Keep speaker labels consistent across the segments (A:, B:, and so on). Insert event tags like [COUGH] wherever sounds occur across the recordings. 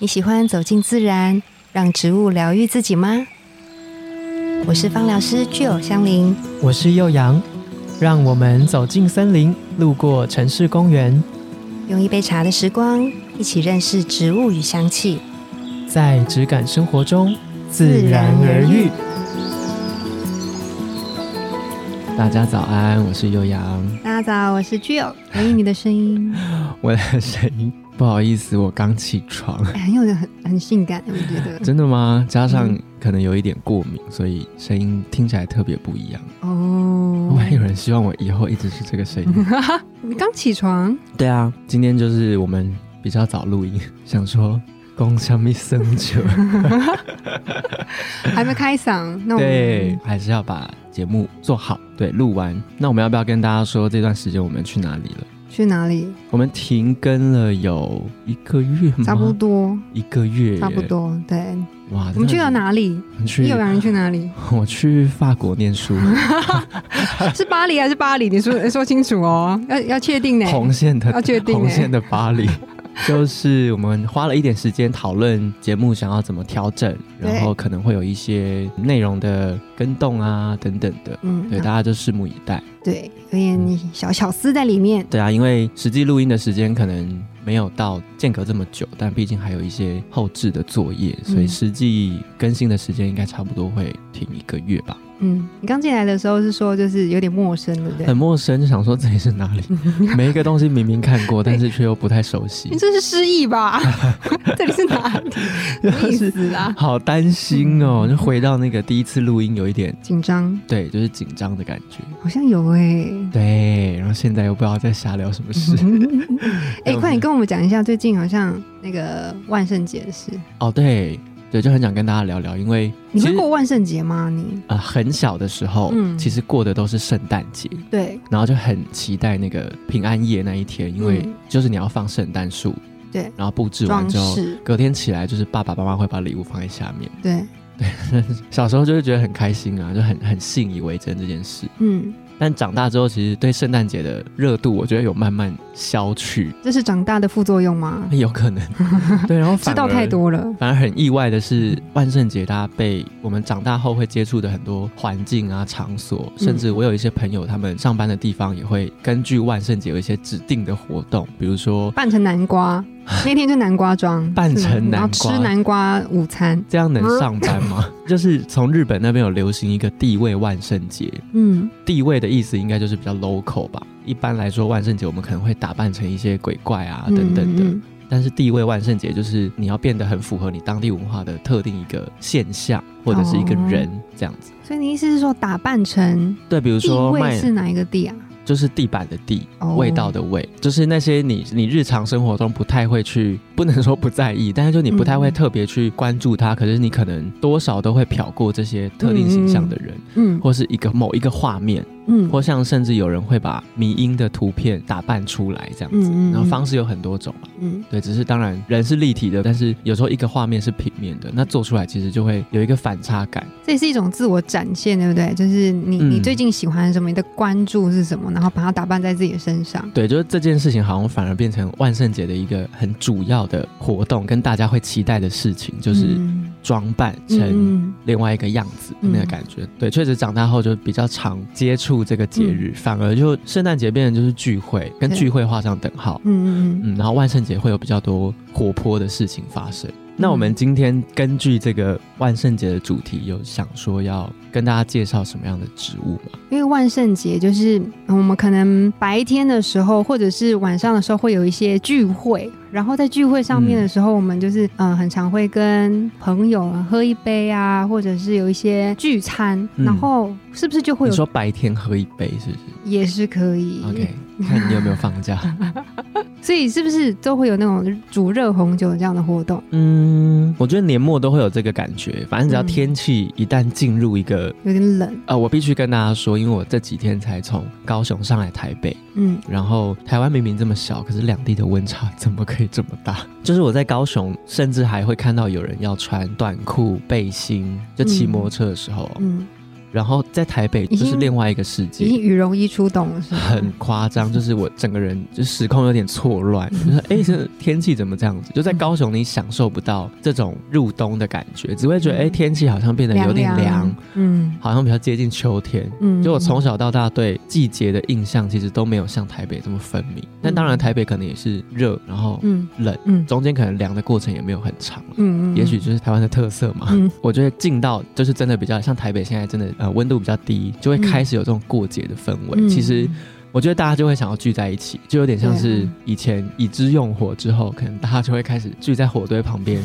A: 你喜欢走进自然，让植物疗愈自己吗？我是芳疗师具有香林，
B: 我是幼阳，让我们走进森林，路过城市公园，
A: 用一杯茶的时光，一起认识植物与香气。
B: 在质感生活中自然而愈。大家早安，我是悠
A: [LAUGHS]
B: 扬，
A: 大家早，我是具有，回应你的声音，
B: 我的声音不好意思，我刚起
A: [LAUGHS]
B: 床。
A: 哎很有很很性感，我觉 [LAUGHS] 得。
B: 真的吗？加上
A: 嗯
B: 可能有一点过敏，所以声音听起来特别不一样。
A: 哦，
B: 万一有人希望我以后一直是这个
A: [LAUGHS]
B: 声
A: 啊
B: 音？
A: 你刚起床，
B: 对啊，今天就是我们比较早录音，想说公香蜜生
A: [LAUGHS]
B: 酒，
A: 还没开嗓，那我
B: 对
A: 们，
B: 还是要把节目做好，对，录完。那我们要不要跟大家说这段时间我们去哪里了？
A: 去哪里？
B: 我们停更了有一个月吗？
A: 差不，多，
B: 一个月耶，
A: 差不多。对，
B: 哇，
A: 我们去了哪里？
B: 真的是？
A: 有
B: 我
A: 两人去哪 [LAUGHS] 里？
B: 去，我去法国念书，
A: 是巴黎还是巴黎？你说说清楚哦，要要确定呢。
B: [LAUGHS] 红线的
A: [LAUGHS] 要确定欸
B: 红
A: 耶
B: 线的
A: [LAUGHS]
B: 巴黎。就是我们花了一点时间讨论节目想要怎么调整，
A: 对
B: 然后可能会有一些内容的跟动啊等等的，
A: 嗯，
B: 对，大家就拭目以待。
A: 对，有
B: 嗯
A: 点小巧思在里面。
B: 对啊，因为实际录音的时间可能没有到间隔这么久，但毕竟还有一些后置的作业，所以
A: 嗯
B: 实际更新的时间应该差不多会停一个月吧。
A: 嗯，你刚进来的时候是说就是有点陌生，对不 [LAUGHS] 对？
B: 很陌生，就想说这里是哪里？每一个东西明明看过，但是却又不太熟悉
A: [LAUGHS] [LAUGHS] 你，这是失忆
B: [LAUGHS]
A: 吧？这里是哪里？什么意思 [LAUGHS] 啊？
B: 好担心哦！
A: 嗯
B: 就回到那个第一次录音，有一点
A: 紧张，
B: 对，就是紧张的感觉。
A: 好像有哎、
B: 对，然后现在又不知道在瞎聊什么
A: 嗯
B: 事。
A: 哎、快点跟我们讲一下，最近好像那个万圣节的事。
B: 哦，对对，就很想跟大家聊聊，因为
A: 你
B: 其
A: 会
B: 实
A: 过万圣节吗？你
B: 呃很小的时候，
A: 嗯
B: 其实过的都是圣诞节，
A: 对
B: 然后就很期待那个平安夜那一天，因为
A: 嗯
B: 就是你要放圣诞树，
A: 对，
B: 然后布置
A: 装
B: 完之后，
A: 饰
B: 隔天起来就是爸爸妈妈会把礼物放在下面。
A: 对，
B: 小时候就会觉得很开心啊，就很很信以为真这件事。
A: 嗯，
B: 但长大之后，其实对圣诞节的热度，我觉得有慢慢消去， [LAUGHS]
A: 这是长大的副作用吗？
B: 有可能。对，然后
A: 知
B: 哎反
A: 道
B: 而
A: 太。多了，
B: 反而很意外的是，万圣节大家被我们长大后会接触的很多环境啊、场所，甚至我有一些朋友，他们上班的地方也会根据万圣节有一些指定的活动，比如说
A: 扮成南
B: [LAUGHS]
A: 瓜，那天就南瓜妆，
B: 扮成
A: 是吗然后
B: 南瓜
A: 吃南瓜午餐，
B: 这样能上班吗？ [LAUGHS] 就是从日本那边有流行一个地位万圣节，
A: 嗯，
B: 地位的意思应该就是比较 local 吧。一般来说，万圣节我们可能会打扮成一些鬼怪啊等等的，
A: 嗯嗯
B: 但是地位万圣节就是你要变得很符合你当地文化的特定一个现象或者是一个人这样子。
A: 嗯所以你意思是说打扮成
B: 对，比如
A: 地
B: 说
A: 位
B: 卖
A: 是哪一个地啊？
B: 就是地板的地，
A: 哦
B: 味道的味，就是那些你你日常生活中不太会去，不能说不在意，但是就你不太会
A: 嗯
B: 特别去关注它，可是你可能多少都会瞟过这些特定形象的人，
A: 嗯
B: 或是一个某一个画面。
A: 嗯
B: 或像甚至有人会把迷因的图片打扮出来这样子，
A: 嗯嗯嗯
B: 然后方式有很多种嘛。
A: 嗯
B: 对，只是当然人是立体的，但是有时候一个画面是平面的，那做出来其实就会有一个反差感。
A: 这也是一种自我展现，对不对？就是你、
B: 嗯
A: 你最近喜欢什么，你的关注是什么，然后把它打扮在自己的身上。
B: 对，就是这件事情好像反而变成万圣节的一个很主要的活动，跟大家会期待的事情，就是
A: 嗯
B: 装扮成
A: 嗯
B: 另外一个样子的那个感觉。对，确实长大后就比较常接触这个节日，反而就圣诞节变成就是聚会，
A: 嗯
B: 跟
A: 对
B: 聚会画上等号。
A: 嗯嗯嗯
B: 嗯，然后万圣节会有比较多活泼的事情发生。
A: 嗯
B: 那我们今天根据这个万圣节的主题，有想说要跟大家介绍什么样的植物吗
A: 嗯？，因为万圣节就是嗯我们可能白天的时候，或者是晚上的时候会有一些聚会，然后在聚会上面的时候，我们就是嗯、呃很常会跟朋友啊喝一杯啊，或者是有一些聚餐，
B: 嗯
A: 然后是不是就会
B: 你
A: 有
B: 说白天喝一杯是不
A: 也是可以
B: 是？OK，看你有没有放假。
A: [LAUGHS] 所以是不是都会有那种煮热红酒这样的活动？
B: 嗯，我觉得年末都会有这个感觉，反正只要
A: 嗯
B: 天气一旦进入一个。
A: 有点冷，
B: 呃，我必须跟大家说，因为我这几天才从高雄上来台北，
A: 嗯
B: 然后台湾明明这么小，可是两地的温差怎么可以这么大？
A: [LAUGHS]
B: 就是我在高雄，甚至还会看到有人要穿短裤、背心，就骑摩托车的时候，
A: 嗯，
B: 然后在台北
A: 已
B: 就
A: 经
B: 哦是另外一个世
A: 已经
B: 界，
A: 羽绒衣出动了，是吗？
B: 很夸
A: 嗯
B: 张，就是我整个人就时空有点错乱，就是哎，这天气怎么这样子？
A: 嗯
B: 就在高雄，你享受不到这种入冬的感觉，只会觉得哎，天气好像变得有点凉，，
A: 嗯
B: 好像比较接近秋天。
A: 嗯，
B: 就我从小到大对季节的印象，其实都没有像台北这么分明。但当然，台北可能也是热，然后
A: 嗯
B: 冷，
A: 嗯
B: 中间可能凉的过程也没有很长了。
A: 嗯嗯，
B: 也许就是台湾的特色嘛。
A: 嗯
B: 我觉得进到就是真的比较像台北，现在真的呃温度比较低，就会开始有这种过节的氛围。
A: 嗯
B: 其实 [LAUGHS] 我觉得大家就会想要聚在一起，就有点像
A: 对
B: 是
A: 啊
B: 以前已知用火之后，可能大家就会开始聚在火堆旁
A: [LAUGHS]
B: 边，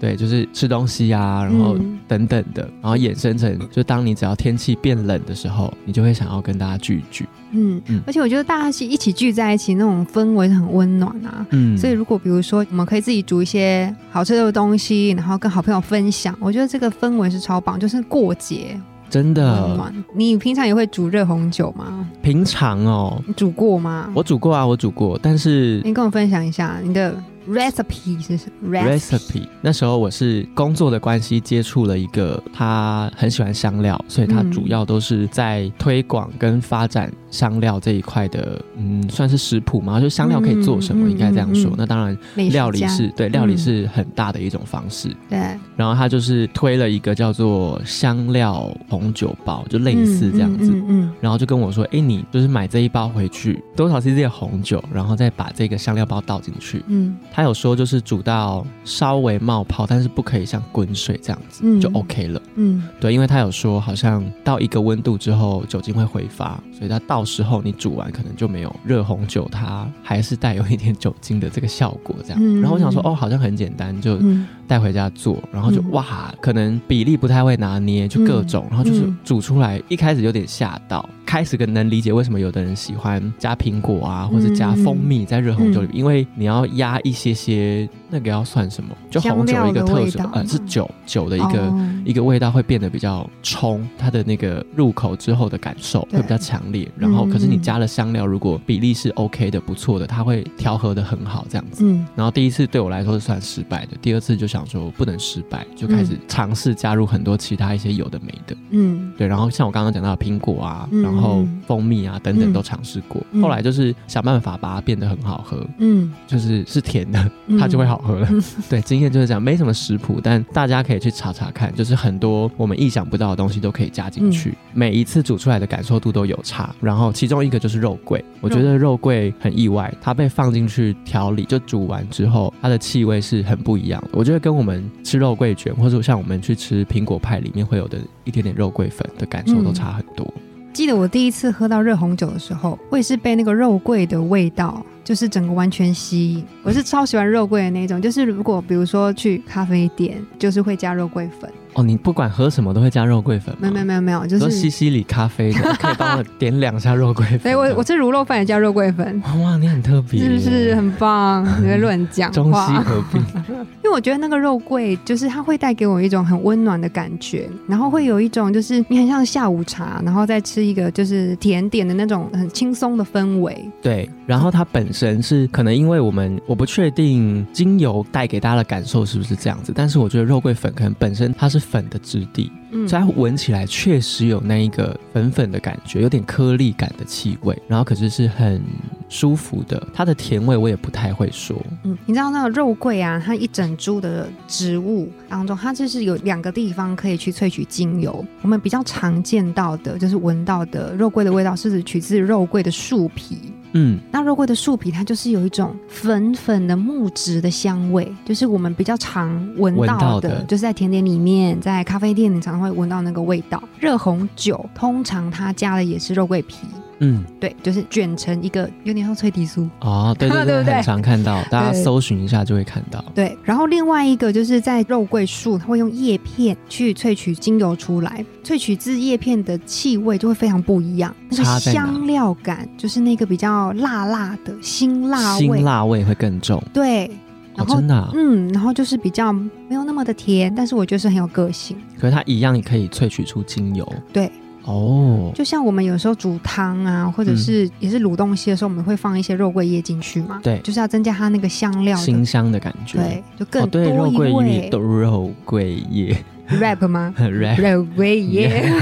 B: 对，就是吃东西啊，然后
A: 嗯
B: 等等的，然后衍生成就当你只要天气变冷的时候，你就会想要跟大家聚一聚。
A: 嗯
B: 嗯，
A: 而且我觉得大家是一起聚在一起，那种氛围很温暖啊。
B: 嗯
A: 所以，如果比如说我们可以自己煮一些好吃的东西，然后跟好朋友分享，我觉得这个氛围是超棒，就是过节
B: 真
A: 温
B: 的
A: 暖。你平常也会煮热红酒吗？
B: 平常哦，
A: 你煮过吗？
B: 我煮过啊，我煮过，但是
A: 你跟我分享一下你的 recipe 是什么
B: recipe。那时候我是工作的关系接触了一个，他很喜欢香料，所以他
A: 嗯
B: 主要都是在推广跟发展香料这一块的，嗯，算是食谱嘛，就香料可以做什么，
A: 嗯嗯
B: 应该这样说。
A: 嗯嗯
B: 那当然，
A: 美食
B: 料理
A: 家
B: 是对料理
A: 嗯
B: 是很大的一种方式。
A: 对，
B: 然后他就是推了一个叫做香料红酒包，就类似这样子。
A: 嗯嗯嗯
B: 然后就跟我说：“哎，你就是买这一包回去，多少 CC 的红酒，然后再把这个香料包倒进去，
A: 嗯
B: 他有说就是煮到稍微冒泡，但是不可以像滚水这样子，
A: 嗯
B: 就 OK 了。
A: 嗯
B: 对，因为他有说好像到一个温度之后酒精会挥发，所以它到时候你煮完可能就没有热红酒，它还是带有一点酒精的这个效果这样。
A: 嗯
B: 然后我想说哦，好像很简单，就
A: 嗯
B: 带回家做，然后就、
A: 嗯
B: 哇，可能比例不太会拿捏，就各种，然后就是
A: 嗯
B: 煮出来，一开始有点吓到，开始能理解为什么有的人喜欢加苹果啊，或者加蜂蜜在热红酒里，
A: 嗯
B: 因为你要压一些些那个要算什么，就红酒一个
A: 香料的
B: 特色
A: 味道，
B: 呃，是酒酒的一个、
A: 嗯哦
B: 一个味道会变得比较冲，它的那个入口之后的感受
A: 对
B: 会比较强烈，然后
A: 嗯
B: 可是你加了香料，如果比例是 OK 的，不错的，它会调和的很好这样子。
A: 嗯
B: 然后第一次对我来说是算失败的，第二次就想说不能失败，就开始尝试加入很多其他一些有的没的。
A: 嗯
B: 对，然后像我刚刚讲到的苹果啊，
A: 嗯
B: 然后蜂蜜啊等等
A: 嗯
B: 都尝试过，
A: 嗯
B: 后来就是想办法把它变得很好喝，
A: 嗯，
B: 就是是甜的，
A: 嗯
B: 它就会好。喝了。 [LAUGHS] 对，经验就是这样，没什么食谱，但大家可以去查查看，就是很多我们意想不到的东西都可以加进去。
A: 嗯
B: 每一次煮出来的感受度都有差，然后其中一个就是肉桂，我觉得肉桂很意外，它被放进去调理，就煮完之后，它的气味是很不一样的。我觉得跟我们吃肉桂卷，或者像我们去吃苹果派里面会有的一点点肉桂粉的感受都差很多。
A: 记得我第一次喝到热红酒的时候，我也是被那个肉桂的味道，就是整个完全吸引。我是超喜欢肉桂的那种，就是如果比如说去咖啡店，就是会加肉桂粉。
B: 哦，你不管喝什么都会加肉桂
A: [LAUGHS]
B: 粉吗？
A: 没有没有没有没有，就
B: 说西
A: 是
B: 西里咖啡的，可以帮我点两下肉桂粉吗。
A: 对我我吃卤肉饭也加肉桂粉，
B: [LAUGHS] 哇哇，你很特别
A: 是不
B: 耶，
A: 是很棒？你在乱讲
B: 中西
A: 话。
B: 合
A: [LAUGHS]
B: 并？
A: 因为我觉得那个肉桂，就是它会带给我一种很温暖的感觉，然后会有一种就是你很像下午茶，然后再吃一个就是甜点的那种很轻松的氛围。
B: 对，然后它本身是可能因为我们我不确定精油带给大家的感受是不是这样子，但是我觉得肉桂粉可能本身它是粉的质地，
A: 嗯
B: 所以它闻起来确实有那一个粉粉的感觉，有点颗粒感的气味，然后可是是很舒服的，它的甜味我也不太会说，
A: 嗯，你知道那个肉桂啊，它一整株的植物当中，它就是有两个地方可以去萃取精油。我们比较常见到的，就是闻到的肉桂的味道，是取自肉桂的树皮。
B: 嗯，
A: 那肉桂的树皮，它就是有一种粉粉的木质的香味，就是我们比较常闻
B: 闻
A: 到的，
B: 到的
A: 就是在甜点里面，在咖啡店你常常会闻到那个味道。热红酒通常它加的也是肉桂皮，
B: 嗯。
A: 对，就是卷成一个有点像脆皮酥。
B: 哦，对对
A: 对 [LAUGHS]
B: 对，
A: 不对
B: 很常看到，大家
A: 对
B: 搜寻一下就会看到。
A: 对，然后另外一个就是在肉桂树，它会用叶片去萃取精油出来，萃取自叶片的气味就会非常不一样，那个
B: 差在哪
A: 香料感就是那个比较辣辣的辛辣味，
B: 辛辣味会更重
A: 对，
B: 哦
A: 然，后、
B: 真的啊、
A: 嗯，然后就是比较没有那么的甜，但是我觉得是很有个性。
B: 可是它一样可以萃取出精油
A: 对，
B: 哦。
A: 就像我们有时候煮汤啊，或
B: 嗯
A: 者是也是卤东西的时候，我们会放一些肉桂叶进去嘛，
B: 对
A: 就是要增加它那个香料的，
B: 清香的感觉。
A: 对，就更
B: 哦，
A: 多
B: 对，
A: 一
B: 肉桂
A: 味
B: 叶，。肉桂叶， [LAUGHS]
A: rap 吗
B: rap。 [LAUGHS]
A: ？rap 喂耶，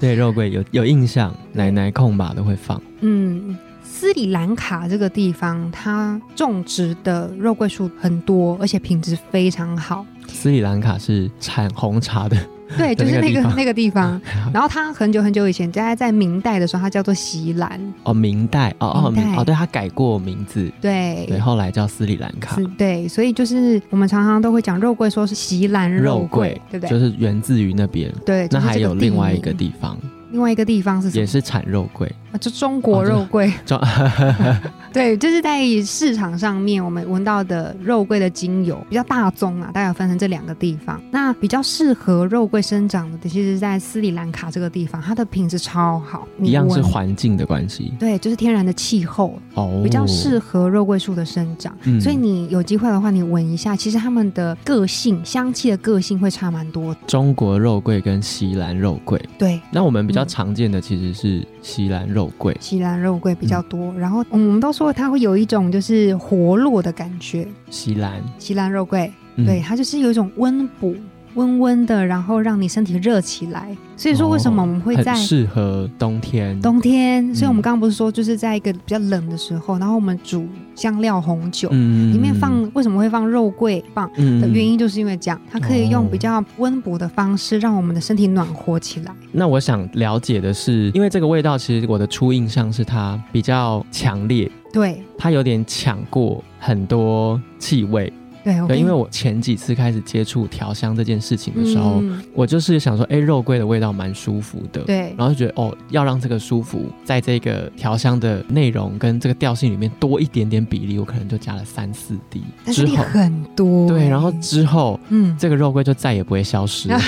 B: 对，肉桂有有印象，奶奶控吧都会放。
A: 嗯。斯里兰卡这个地方，它种植的肉桂树很多，而且品质非常好。
B: 斯里兰卡是产红茶的， [LAUGHS]
A: 对，
B: 的
A: 就是
B: 那
A: 那
B: 个
A: 个
B: 地方
A: 那
B: 啊
A: 个地
B: [LAUGHS]
A: 方。然后它很久很久以前，大概在明代的时候，它叫做席兰。
B: 哦，明代，哦哦，
A: 明代
B: 明哦，对，他改过名字，
A: 对，
B: 对，后来叫斯里兰卡
A: 是，对，所以就是我们常常都会讲肉桂，说是席兰肉桂，对不对？
B: 就是源自于那边。
A: 对，
B: 那
A: 就是
B: 还
A: 这
B: 有
A: 地
B: 另外一个
A: 名，
B: 地方
A: 另外一个地方是什
B: 也
A: 么？
B: 是产肉桂，
A: 啊就中
B: 哦
A: 国
B: 这
A: 肉桂。
B: 中
A: [LAUGHS] 对，就是在市场上面我们闻到的肉桂的精油比较大宗啊，大概有分成这两个地方。那比较适合肉桂生长的，其实是在斯里兰卡这个地方，它的品质超好，你
B: 一样是
A: 闻
B: 环境的关系
A: 对，就是天然的气候，
B: 哦，
A: 比较适合肉桂树的生长。
B: 嗯
A: 所以你有机会的话，你闻一下，其实它们的个性、香气的个性会差蛮多的。
B: 中国肉桂跟西兰肉桂。
A: 对，
B: 那我们比较
A: 嗯
B: 常见的其实是西兰肉桂，
A: 西兰肉桂比较
B: 嗯
A: 多，然后我们都说它会有一种就是活络的感觉。
B: 西兰，
A: 西兰肉桂，
B: 嗯
A: 对，它就是有一种温补。温温的，然后让你身体热起来。所以说，为什么我们会在
B: 哦很适合冬天，
A: 冬天？所以我
B: 嗯
A: 们刚刚不是说，就是在一个比较冷的时候，然后我们煮香料红酒，
B: 嗯
A: 里面放为什么会放肉桂棒？的原。因就是因为这样，它可以用比较温补的方式让我们的身体暖和起来。
B: 嗯那我想了解的是，因为这个味道，其实我的初印象是它比较强烈，
A: 对
B: 它有点抢过很多气味。
A: 对，我
B: 对，
A: 跟
B: 因为
A: 你
B: 我前几次开始接触调香这件事情的时候，
A: 嗯
B: 我就是想说，哎，肉桂的味道蛮舒服的。。
A: 对
B: 然后就觉得哦，要让这个舒服，在这个调香的内容跟这个调性里面多一点点比例，我可能就加了三四滴
A: 但是
B: 之
A: 你
B: 后，
A: 很多
B: 对，然后
A: 欸
B: 之后
A: 嗯，
B: 这个肉桂就再也不会消失了，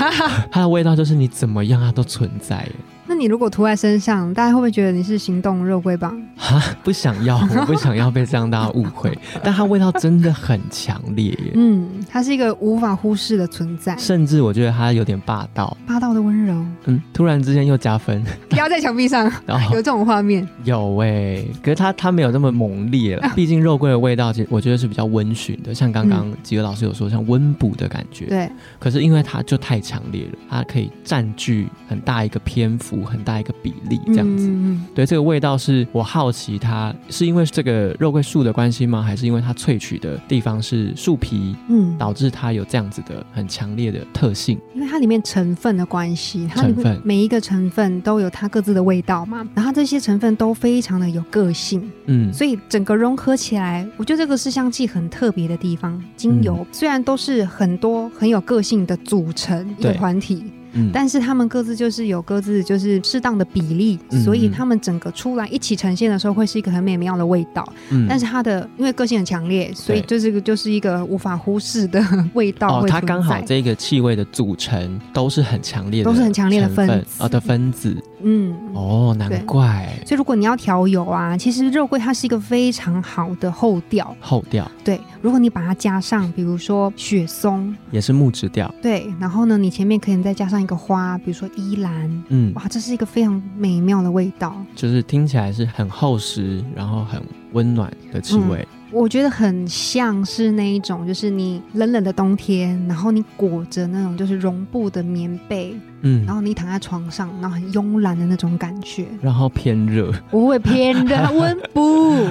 B: 它的味道就是你怎么样啊它都存在耶，
A: [LAUGHS] 那你如果涂在身上，大家会不会觉得你是行动肉桂棒？
B: 哈，不想要， [LAUGHS] 我不想要被这样大家误会，但它味道真的很强烈耶，
A: 嗯，它是一个无法忽视的存在，
B: 甚至我觉得它有点霸道，
A: 霸道的温
B: [LAUGHS]
A: 柔，
B: 嗯，突然之间又加分，
A: 压在墙壁上，
B: 然后
A: 有这种画面。
B: 有哎、可是它它没有那么猛烈了，毕竟肉桂的味道，其实我觉得是比较温驯的，像刚刚几位老师有说，像温补的感觉。
A: 嗯对，
B: 可是因为它就太强烈了，它可以占据很大一个篇幅，很大一个比例这样子。
A: 嗯，嗯
B: 对，这个味道是我好奇它是因为这个肉桂树的关系吗？还是因为它萃取的地方是树皮，
A: 嗯，嗯
B: 导致它有这样子的很强烈的特性？
A: 因为它里面成分的关系，它里
B: 成
A: 面
B: 分
A: 每一个成分都有它各自的味道嘛，然后这些成分都非常的有个性，
B: 嗯，
A: 所以整个融合起来，我觉得这个是香气很特别的地方。精油、
B: 嗯
A: 虽然都是很多很有个性的组成一个
B: 对
A: 团体，
B: 嗯
A: 但是它们各自就是有各自就是适当的比例，
B: 嗯
A: 所以
B: 嗯
A: 它们整个出来一起呈现的时候，会是一个很美妙的味道。
B: 嗯
A: 但是它的因为个性很强烈，所以
B: 对
A: 就是就是一个无法忽视的味道
B: 哦
A: 会存在。，
B: 它刚好这个气味的组成都是很强烈的成分，
A: 都是很强烈的分子
B: 啊、的分子
A: 嗯。
B: 哦，
A: 对
B: 难怪
A: 所以，如果你要调油啊，其实肉桂它是一个非常好的后调。
B: 后调
A: 对，如果你把它加上，比如说雪松，
B: 也是木质调，
A: 对，然后呢，你前面可以再加上一个花，比如说依兰，
B: 嗯，
A: 哇，这是一个非常美妙的味道，
B: 就是听起来是很厚实，然后很温暖的气味，
A: 我觉得很像是那一种，就是你冷冷的冬天，然后你裹着那种就是绒布的棉被，
B: 嗯，
A: 然后你躺在床上，然后很慵懒的那种感
B: [LAUGHS]
A: 觉，
B: 然后偏热，，
A: 不会偏热，温补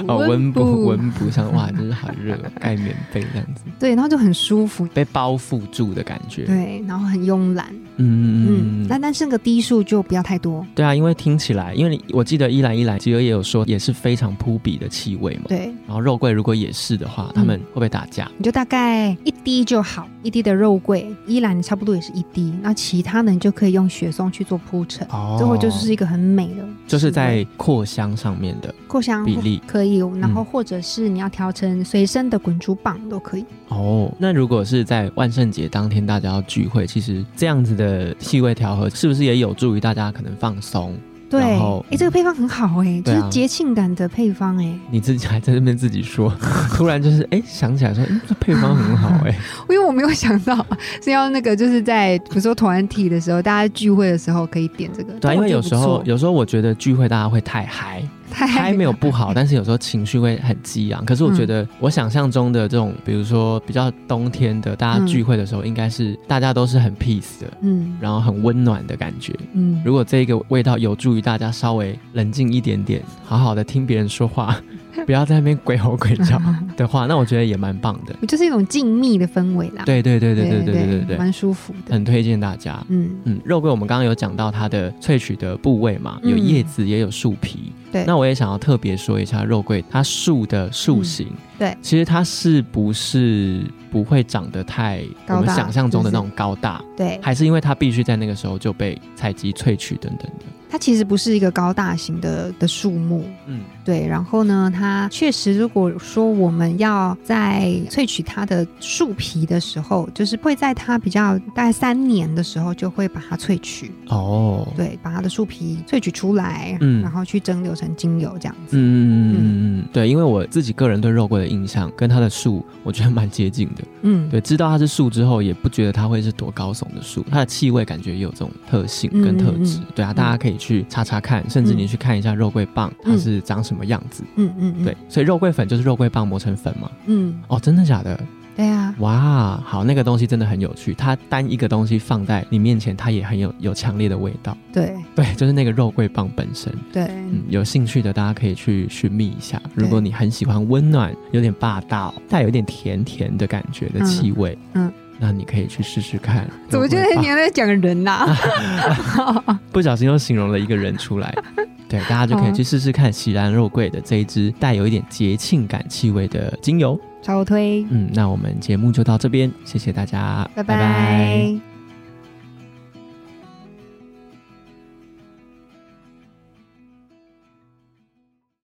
B: 哦，温补
A: 补，
B: 温补，像哇，真是好热，哦盖棉被这样子，
A: 对，然后就很舒服，
B: 被包覆住的感觉，
A: 对，然后很慵懒，
B: 嗯嗯
A: 嗯，
B: 嗯
A: 那、
B: 嗯，
A: 但是那个低数就不要太多，
B: 对啊，因为听起来，因为你我记得依兰依兰吉儿也有说，也是非常扑鼻的气味嘛，
A: 对，
B: 然后肉桂如果也是的话，他们会不会打架？
A: 你就大概一滴就好，一滴的肉桂，依兰差不多也是一滴，那其他的你就可以用雪松去做铺陈，
B: 哦
A: 最后就是一个很美的气味，
B: 就是在扩香上面的
A: 扩香
B: 比例嗯
A: 可以，然后或者是你要调成随身的滚珠棒都可以。
B: 哦。那如果是在万圣节当天大家要聚会，其实这样子的气味调和是不是也有助于大家可能放松？
A: 对，
B: 然后嗯
A: 哎，这个配方很好哎，就
B: 对啊
A: 是节庆感的配方哎，
B: 你自己还在那边自
A: [LAUGHS]
B: 己说，突然就是哎、想起来说，嗯，这配方很好
A: [LAUGHS]
B: 哎、
A: 因为我没有想到是要那个就是在比如说团体的时候，大家聚会的时候可以点这个。
B: 对啊，
A: 但
B: 因
A: 我
B: 为
A: 觉
B: 有
A: 得
B: 时
A: 不
B: 候
A: 错
B: 有时候我觉得聚会大家会太嗨，
A: [LAUGHS] 太
B: 嗨没有不好，但是有时候情绪会很激昂。可是我觉得我想象中的这种，比如说比较冬天的，大家聚会的时候，应该是大家都是很 peace 的，
A: 嗯
B: 然后很温暖的感觉。
A: 嗯，
B: 如果这个味道有助于大家稍微冷静一点点，好好的听别人说话，不要在那边鬼吼鬼叫的话，那我觉得也蛮棒的。
A: 我就是一种静谧的氛围啦。
B: 对对对对对对对对对，
A: 蛮舒服的。
B: 很推荐大家。
A: 嗯，
B: 嗯，肉桂我们刚刚有讲到它的萃取的部位嘛，有
A: 嗯
B: 叶子也有树皮。
A: 对
B: 那我也想要特别说一下肉桂，它树的树形、
A: 对，
B: 其实它是不是不会长得太
A: 高大
B: 我们想象中的
A: 是
B: 那
A: 不
B: 种高大，
A: 对，
B: 还是因为它必须在那个时候就被采集萃取等等的。
A: 它其实不是一个高大型的的树木，
B: 嗯，
A: 对。然后呢，它确实，如果说我们要在萃取它的树皮的时候，就是会在它比较大概三年的时候就会把它萃取，
B: 哦，
A: 对，把它的树皮萃取出来，
B: 嗯
A: 然后去蒸馏成精油这样子。
B: 嗯嗯嗯嗯嗯，对，因为我自己个人对肉桂的印象跟它的树，我觉得蛮接近的。
A: 嗯，
B: 对，知道它是树之后，也不觉得它会是多高耸的树，它的气味感觉也有这种特性跟特质。
A: 嗯嗯嗯
B: 对啊，大家可以去查查看，甚至你去看一下肉桂棒它
A: 嗯
B: 是长什么样子。
A: 嗯嗯嗯，
B: 对，，所以肉桂粉就是肉桂棒磨成粉嘛。
A: 嗯，
B: 哦，真的假的？
A: 对啊，
B: 哇，好，那个东西真的很有趣。它单一个东西放在你面前，它也很有有强烈的味道。
A: 对
B: 对，就是那个肉桂棒本身。
A: 对，
B: 嗯，有兴趣的大家可以去寻觅一下。
A: 对
B: 如果你很喜欢温暖、有点霸道、带有点甜甜的感觉的气味，嗯，
A: 嗯嗯
B: 那你可以去试试看。
A: 怎么觉得
B: 有
A: 你
B: 味
A: 还
B: 道
A: 在讲人呐、
B: 啊不小心又形容了一个人出来？对，大
A: 啊
B: 家就可以去试试看喜兰肉桂的这一支带有一点节庆感气味的精油。
A: 超推，
B: 嗯，那我们节目就到这边，谢谢大家，
A: 拜拜